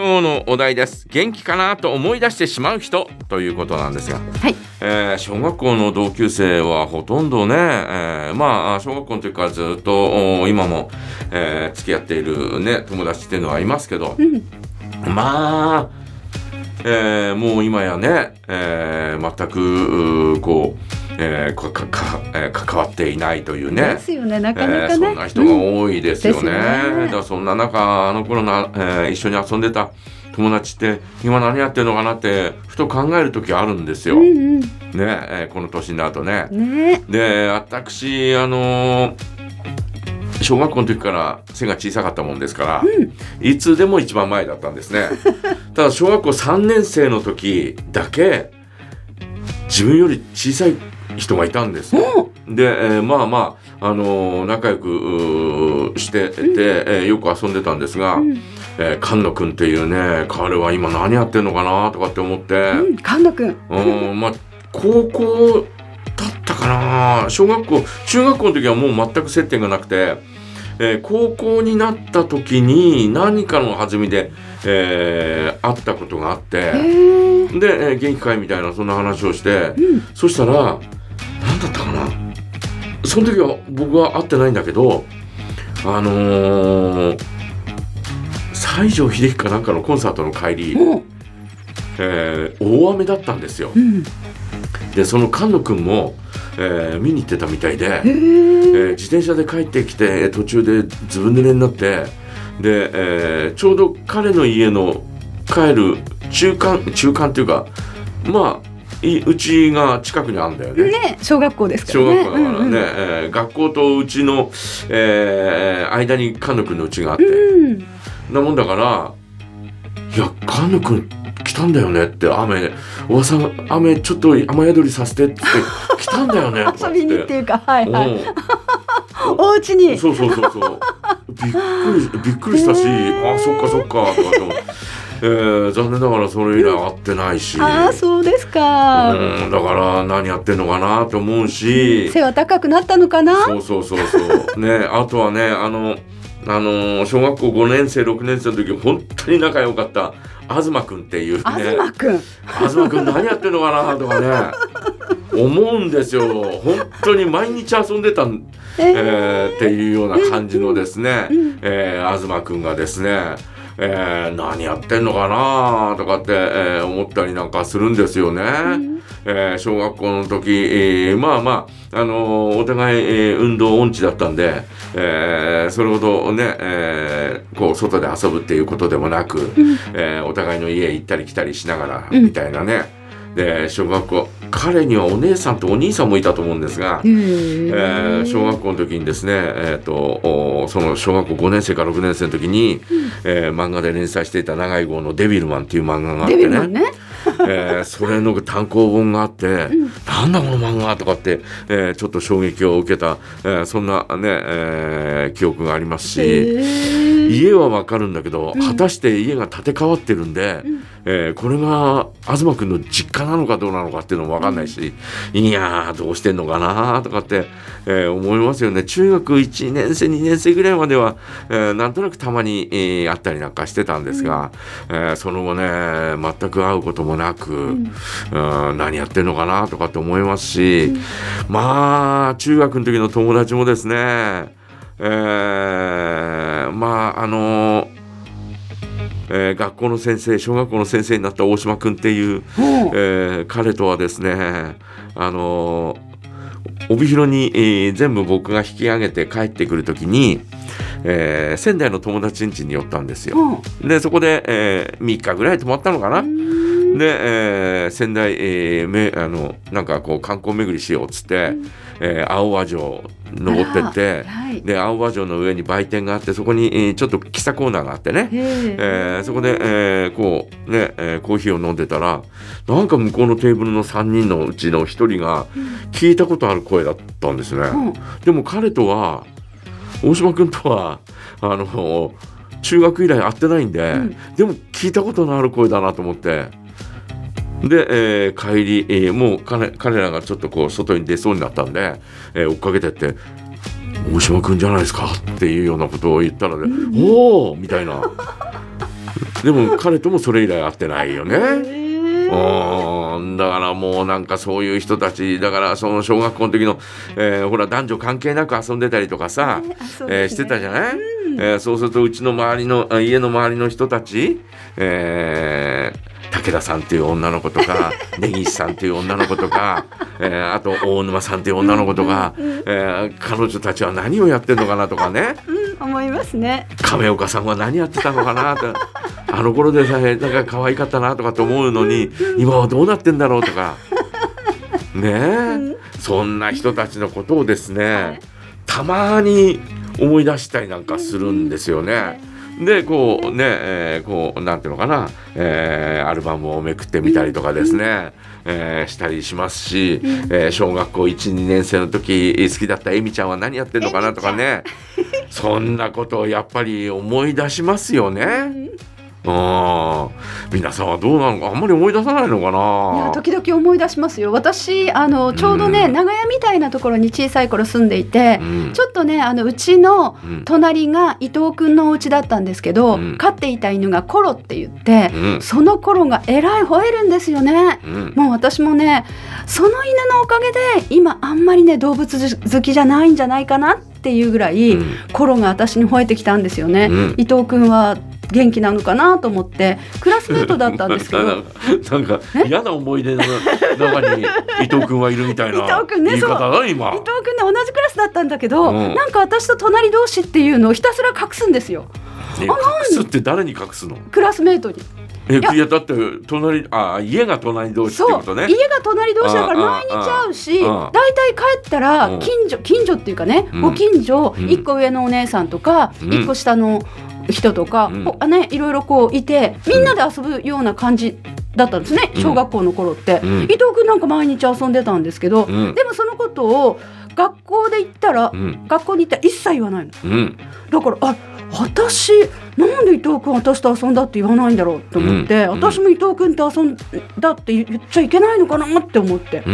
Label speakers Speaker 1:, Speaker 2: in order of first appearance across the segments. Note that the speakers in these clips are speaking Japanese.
Speaker 1: のお題です元気かなと思い出してしまう人ということなんですが、
Speaker 2: はい
Speaker 1: えー小学校の同級生はほとんどね、えーまあ小学校の時からずっとお今も、えー付き合っているね友達っていうのはいますけど、
Speaker 2: うん
Speaker 1: まあ、えーもう今やね、えー全くうーこう、えーこかかえー関わっていないというね
Speaker 2: ですよねなかなかね、
Speaker 1: えーそんな人が
Speaker 2: うん
Speaker 1: 多いですよね。
Speaker 2: うんですよね
Speaker 1: だからそんな中あの頃の、えー一緒に遊んでた友達って今何やってるのかなってふと考える時あるんですよ。
Speaker 2: う
Speaker 1: ね、
Speaker 2: ん
Speaker 1: えーこの年になるとね。
Speaker 2: うんね
Speaker 1: で私あのー小学校の時から背が小さかったもんですから、いつでも一番前だったんです ねただ小学校3年生の時だけ自分より小さい人がいたんですよで、えーまあまあ、あのー仲良くうーしてて、えーよく遊んでたんですが、
Speaker 2: うん
Speaker 1: えー菅野くんっていうね彼は今何やってんのかなとかって思って、
Speaker 2: うん神野くん
Speaker 1: うん、まあ高校だったかな小学校中学校の時はもう全く接点がなくて、えー高校になった時に何かの弾みで、えー会ったことがあっ
Speaker 2: へ
Speaker 1: て
Speaker 2: え
Speaker 1: で、えー元気かいみたいなそんな話をして
Speaker 2: うん
Speaker 1: そしたら何だったかなその時は僕は会ってないんだけどあのー西城秀樹かなんかのコンサートの帰り、
Speaker 2: おう
Speaker 1: えー大雨だったんですよ。
Speaker 2: うん
Speaker 1: でその菅野君も、えー見に行ってたみたいで、
Speaker 2: へ
Speaker 1: え
Speaker 2: え
Speaker 1: ー自転車で帰ってきて途中でずぶ濡れになってで、えーちょうど彼の家の帰る中間中間っていうかまあいうちが近くにあるんだよね。
Speaker 2: ね小学校ですか
Speaker 1: 小
Speaker 2: らね
Speaker 1: 学校だからね、
Speaker 2: うんうん
Speaker 1: えー学校とうちの、えー間に菅野君のうちがあって、
Speaker 2: うん
Speaker 1: なもんだから「いや菅野君来たんだよね」って「雨おばさん雨ちょっと雨宿りさせて」って「来たんだよね」とか
Speaker 2: 遊びにっていうかはいはい
Speaker 1: お
Speaker 2: お家に
Speaker 1: そうそうそうそうびっくりびっくりしたし「
Speaker 2: へー
Speaker 1: あそっかそっか」とかと、えー残念ながらそれ以来会ってないし。
Speaker 2: ああそうですか
Speaker 1: うん、だから何やってんのかなと思うし、
Speaker 2: 背は高くなったのかな
Speaker 1: そうそうそうそう。ね、あとはね、あの、あの、小学校5年生、6年生の時、本当に仲良かった、東くんっていうね、
Speaker 2: 東くん
Speaker 1: 東くん何やってんのかなとかね、思うんですよ。本当に毎日遊んでたん、
Speaker 2: え
Speaker 1: えーっていうような感じのですね、
Speaker 2: うん
Speaker 1: えー、東くんがですね、えー何やってんのかなとかって、えー思ったりなんかするんですよね。
Speaker 2: ん
Speaker 1: えー小学校の時、えーまあまあ、あのーお互い、えー運動音痴だったんで、えーそれほどね、えーこう外で遊ぶっていうことでもなく、えーお互いの家へ行ったり来たりしながら、
Speaker 2: うん
Speaker 1: みたいなね。で、小学校、彼にはお姉さんとお兄さんもいたと思うんですが、え
Speaker 2: え
Speaker 1: ー小学校の時にですね、えー、とおその小学校5年生か6年生の時に、えー漫画で連載していた長井号の「デビルマン」っていう漫画があって
Speaker 2: デビルマン
Speaker 1: ね、
Speaker 2: ね
Speaker 1: えーそれの単行本があって、なんだこの漫画とかって、えーちょっと衝撃を受けた、えーそんなね、えー記憶がありますし。
Speaker 2: へえ
Speaker 1: 家はわかるんだけど、果たして家が建て替わってるんで、えーこれが東君の実家なのかどうなのかっていうのもわかんないし、いやーどうしてんのかなーとかって、えー思いますよね中学1年生2年生ぐらいまでは、えーなんとなくたまに、えー会ったりなんかしてたんですが、えーその後ね全く会うこともなく、うん何やってんのかなとかって思いますし、まあ中学の時の友達もですねえーまああのえー学校の先生小学校の先生になった大島君っていう、
Speaker 2: ほう
Speaker 1: えー彼とはですねあの帯広に、えー全部僕が引き上げて帰ってくる時に、えー仙台の友達ん家に寄ったんですよ。
Speaker 2: ほう
Speaker 1: でそこで、え3日ぐらい泊まったのかな。
Speaker 2: うん
Speaker 1: で、えー仙台、えーめあのなんかこう観光巡りしようっつって、えー青葉城登ってって、
Speaker 2: あらはい
Speaker 1: で青葉城の上に売店があってそこに、えーちょっと喫茶コーナーがあってね、
Speaker 2: へ
Speaker 1: えーそこで、えーこうね、えーコーヒーを飲んでたらなんか向こうのテーブルの3人のうちの1人が聞いたことある声だったんですね。
Speaker 2: うん
Speaker 1: でも彼とは大島君とはあの中学以来会ってないんで、でも聞いたことのある声だなと思ってで、えー帰り、えーもう彼彼らがちょっとこう外に出そうになったんで、えー追っかけてって「大島君じゃないですか」っていうようなことを言ったらね「おお!」みたいな。でも彼ともそれ以来会ってないよね。
Speaker 2: え
Speaker 1: うんだからもうなんかそういう人たちだからその小学校の時の、えーほら男女関係なく遊んでたりとかさ、
Speaker 2: あそう
Speaker 1: えー
Speaker 2: で
Speaker 1: し
Speaker 2: す
Speaker 1: て
Speaker 2: ね
Speaker 1: たじゃない、えーそうするとうちの周りのあ家の周りの人たち、えー武田さんっていう女の子と か根岸さんっていう女の子とか、えーあと大沼さんっていう女の子とか、えー彼女たちは何をやってんのかなとかね
Speaker 2: うん、思いますね。
Speaker 1: 亀岡さんは何やってたのか なってあの頃でさえなんか可愛かったなとかと思うの に今はどうなってんだろうとかねえ、そんな人たちのことをですね、
Speaker 2: はい
Speaker 1: たまに思い出したりなんかするんですよね。でこうね、えーこうなんていうのかな、えーアルバムをめくってみたりとかですね、えーしたりしますし、えー小学校12年生の時好きだったエミちゃんは何やってんのかなとかねそんなことをやっぱり思い出しますよね。うん、皆さんはどうなのかあんまり思い出さないのか
Speaker 2: いや
Speaker 1: な。
Speaker 2: 時々思い出しますよ私あのちょうどね、
Speaker 1: うん
Speaker 2: 長屋みたいなところに小さい頃住んでいて、
Speaker 1: うん
Speaker 2: ちょっとねあのうちの
Speaker 1: うん
Speaker 2: 隣が伊藤君のお家だったんですけど、
Speaker 1: うん
Speaker 2: 飼っていた犬がコロって言って、
Speaker 1: うん
Speaker 2: そのコロがえらい吠えるんですよね。
Speaker 1: うん
Speaker 2: もう私もねその犬のおかげで今あんまりね動物好きじゃないんじゃないかなっていうぐらい、
Speaker 1: うん
Speaker 2: コロが私に吠えてきたんですよね、
Speaker 1: うん
Speaker 2: 伊藤君は元気なのかなと思ってクラスメートだったんですけ
Speaker 1: なん
Speaker 2: ど
Speaker 1: かなんか嫌な思い出の中に伊藤君はいるみたいな
Speaker 2: 伊藤君ね
Speaker 1: 言い方だ今
Speaker 2: 伊藤君ね同じクラスだったんだけど、
Speaker 1: うん
Speaker 2: なんか私と隣同士っていうのをひたすら隠すんですよ
Speaker 1: ね隠すって誰に隠すの
Speaker 2: クラスメートに、
Speaker 1: えい
Speaker 2: いや
Speaker 1: やだって隣あ家が隣同士って
Speaker 2: そう
Speaker 1: ことね
Speaker 2: 家が隣同士だから
Speaker 1: ああ
Speaker 2: 毎日会うし
Speaker 1: ああ
Speaker 2: 大体帰った
Speaker 1: うん
Speaker 2: ら近所近所っていうかね、
Speaker 1: うん
Speaker 2: ご近所
Speaker 1: うん
Speaker 2: 一個上のお姉さんとか、
Speaker 1: うん
Speaker 2: 一個下の人とか、
Speaker 1: うん
Speaker 2: こうね、いろいろこういてみんなで遊ぶような感じだったんですね、
Speaker 1: うん
Speaker 2: 小学校の頃って、
Speaker 1: うん
Speaker 2: 伊藤君なんか毎日遊んでたんですけど、
Speaker 1: うん
Speaker 2: でもそのことを学校で言ったら、
Speaker 1: うん
Speaker 2: 学校に行ったら一切言わないの。
Speaker 1: うん
Speaker 2: だからあ私なんで伊藤君私と遊んだって言わないんだろうと思って、
Speaker 1: うんうん
Speaker 2: 私も伊藤君と遊んだって言っちゃいけないのかなって思って、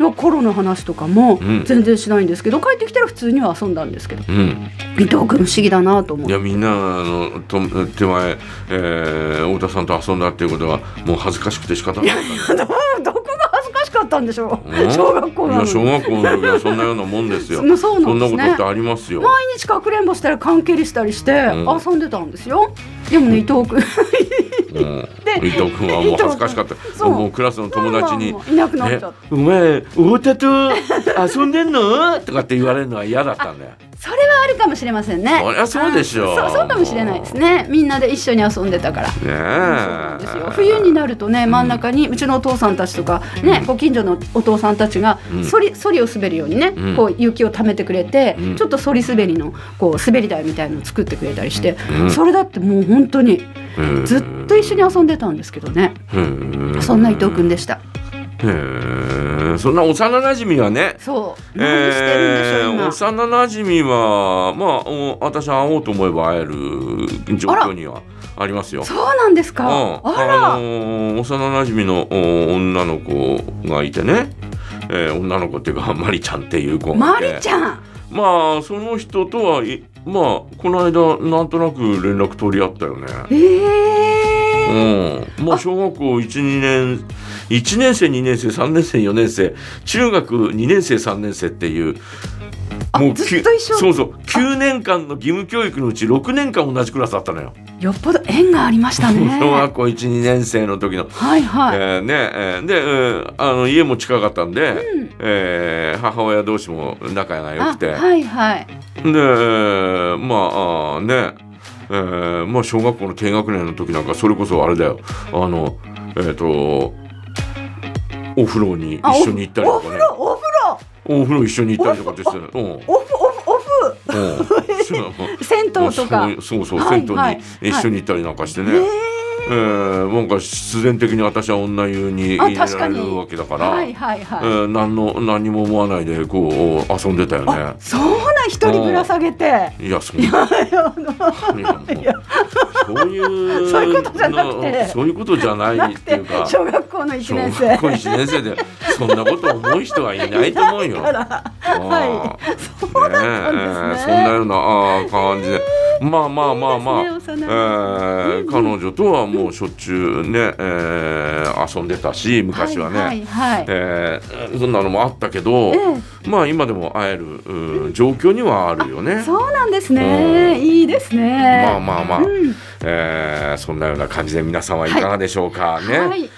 Speaker 1: うん
Speaker 2: コロの話とかも
Speaker 1: うん
Speaker 2: 全然しないんですけど帰ってきたら普通には遊んだんですけど
Speaker 1: うん
Speaker 2: 伊藤君不思議だなと思っ
Speaker 1: い
Speaker 2: て
Speaker 1: やみんなあのと手前、えー、太田さんと遊んだっていうことはもう恥ずかしくて仕方なかったね
Speaker 2: ど どこが恥ずかしかったんでしょう、
Speaker 1: うん
Speaker 2: 小学校
Speaker 1: い
Speaker 2: なの
Speaker 1: や
Speaker 2: に
Speaker 1: 小学校の時はそんなようなもんですよ
Speaker 2: もう そうなんですね
Speaker 1: そんなことってありますよ
Speaker 2: 毎日かくれんぼしたら缶蹴りしたりして
Speaker 1: うん
Speaker 2: 遊んでたんですよ、でもね伊藤君
Speaker 1: うん伊藤君はもう恥ずかしかった
Speaker 2: そう
Speaker 1: もうクラスの友達に
Speaker 2: いなくなっちゃっ
Speaker 1: ね
Speaker 2: て。
Speaker 1: お前太田と遊んでんの?」とかって言われるのは嫌だったんだよ。
Speaker 2: それはあるかもしれませんね。
Speaker 1: そりゃそうでしょう
Speaker 2: あそうそうかもしれないですね。みんなで一緒に遊んでたから。
Speaker 1: ね
Speaker 2: そうなんですよ
Speaker 1: え。
Speaker 2: 冬になるとね真ん中にうちのお父さんたちとかねご近所のお父さんたちが
Speaker 1: うん
Speaker 2: そりそりを滑るようにね
Speaker 1: うん
Speaker 2: こう雪を溜めてくれて
Speaker 1: うん
Speaker 2: ちょっとそり滑りのこう滑り台みたいのを作ってくれたりして
Speaker 1: うん
Speaker 2: それだってもう本当に
Speaker 1: うん
Speaker 2: ずっと一緒に遊んでたんですけどね
Speaker 1: うん
Speaker 2: そんな伊藤君でした。
Speaker 1: へーそんな幼馴染はね。
Speaker 2: そう何してるんでしょう
Speaker 1: えー
Speaker 2: 今。
Speaker 1: 幼馴染はまあお私は会おうと思えば会える状況にはありますよ。
Speaker 2: そうなんです
Speaker 1: うん
Speaker 2: か。あ
Speaker 1: あ
Speaker 2: ら。
Speaker 1: のー幼馴染のお女の子がいてね、えー女の子っていうかマ リちゃんっていう子が
Speaker 2: マ
Speaker 1: いて
Speaker 2: リちゃん。
Speaker 1: まあその人とはいまあこの間なんとなく連絡取り合ったよね。
Speaker 2: ええ
Speaker 1: うん、もう小学校12年1年生2年生3年生4年生中学2年生3年生っていうもうき
Speaker 2: ずっと一緒
Speaker 1: そうそう9年間の義務教育のうち6年間同じクラスだったのよ、
Speaker 2: よっぽど縁がありました ね。
Speaker 1: 小学校12年生の時の。
Speaker 2: はいはい。
Speaker 1: えーねえーで、えーあの家も近かったんで、えー母親同士も仲が良
Speaker 2: あ
Speaker 1: くて、
Speaker 2: はいはい。
Speaker 1: で、えーまああーね、えーまあ小学校の低学年の時なんかそれこそあれだよあのえっ、とお風呂に
Speaker 2: あ
Speaker 1: 一緒に行ったり
Speaker 2: お
Speaker 1: と
Speaker 2: お
Speaker 1: かね
Speaker 2: 風呂お風呂
Speaker 1: お風呂一緒に行ったりとかってしてたうんうん
Speaker 2: オフオフオフ 銭湯とか。
Speaker 1: そうそうそう
Speaker 2: はい
Speaker 1: 銭湯
Speaker 2: はい
Speaker 1: に一緒に行ったりなんかしてね、
Speaker 2: えー
Speaker 1: えーなんか必然的に私は女湯に
Speaker 2: あ
Speaker 1: 入れ
Speaker 2: 確
Speaker 1: ら
Speaker 2: か
Speaker 1: れ
Speaker 2: に
Speaker 1: るわけだから
Speaker 2: はいはい
Speaker 1: え
Speaker 2: はい。
Speaker 1: ー何の何にも思わないでこう遊んでたよね
Speaker 2: あそうなん一人ぶら下げて。
Speaker 1: いやそんないやもうそういう
Speaker 2: そういうことじゃなくて
Speaker 1: のそういうことじゃな
Speaker 2: ない
Speaker 1: っ
Speaker 2: く
Speaker 1: てい
Speaker 2: て
Speaker 1: うか
Speaker 2: 小学校の一
Speaker 1: 小
Speaker 2: 年
Speaker 1: 学
Speaker 2: 生
Speaker 1: 校1年生でそんなこと思う人はいないと思うよ。
Speaker 2: だからは
Speaker 1: あーねえそんなようなあー感じで、まあまあまあまあ、
Speaker 2: いいですね幼い
Speaker 1: えー彼女とはもうしょっちゅうね、えー遊んでたし昔はね、
Speaker 2: はいはいはい
Speaker 1: えーそんなのもあったけど、
Speaker 2: え
Speaker 1: まあ今でも会えるうん状況にはあるよね。
Speaker 2: そうなんです
Speaker 1: う
Speaker 2: ね
Speaker 1: ん
Speaker 2: いいですね
Speaker 1: まあまあまあ、
Speaker 2: うん
Speaker 1: えーそんなような感じで皆さんはいかがでしょうかね。
Speaker 2: はい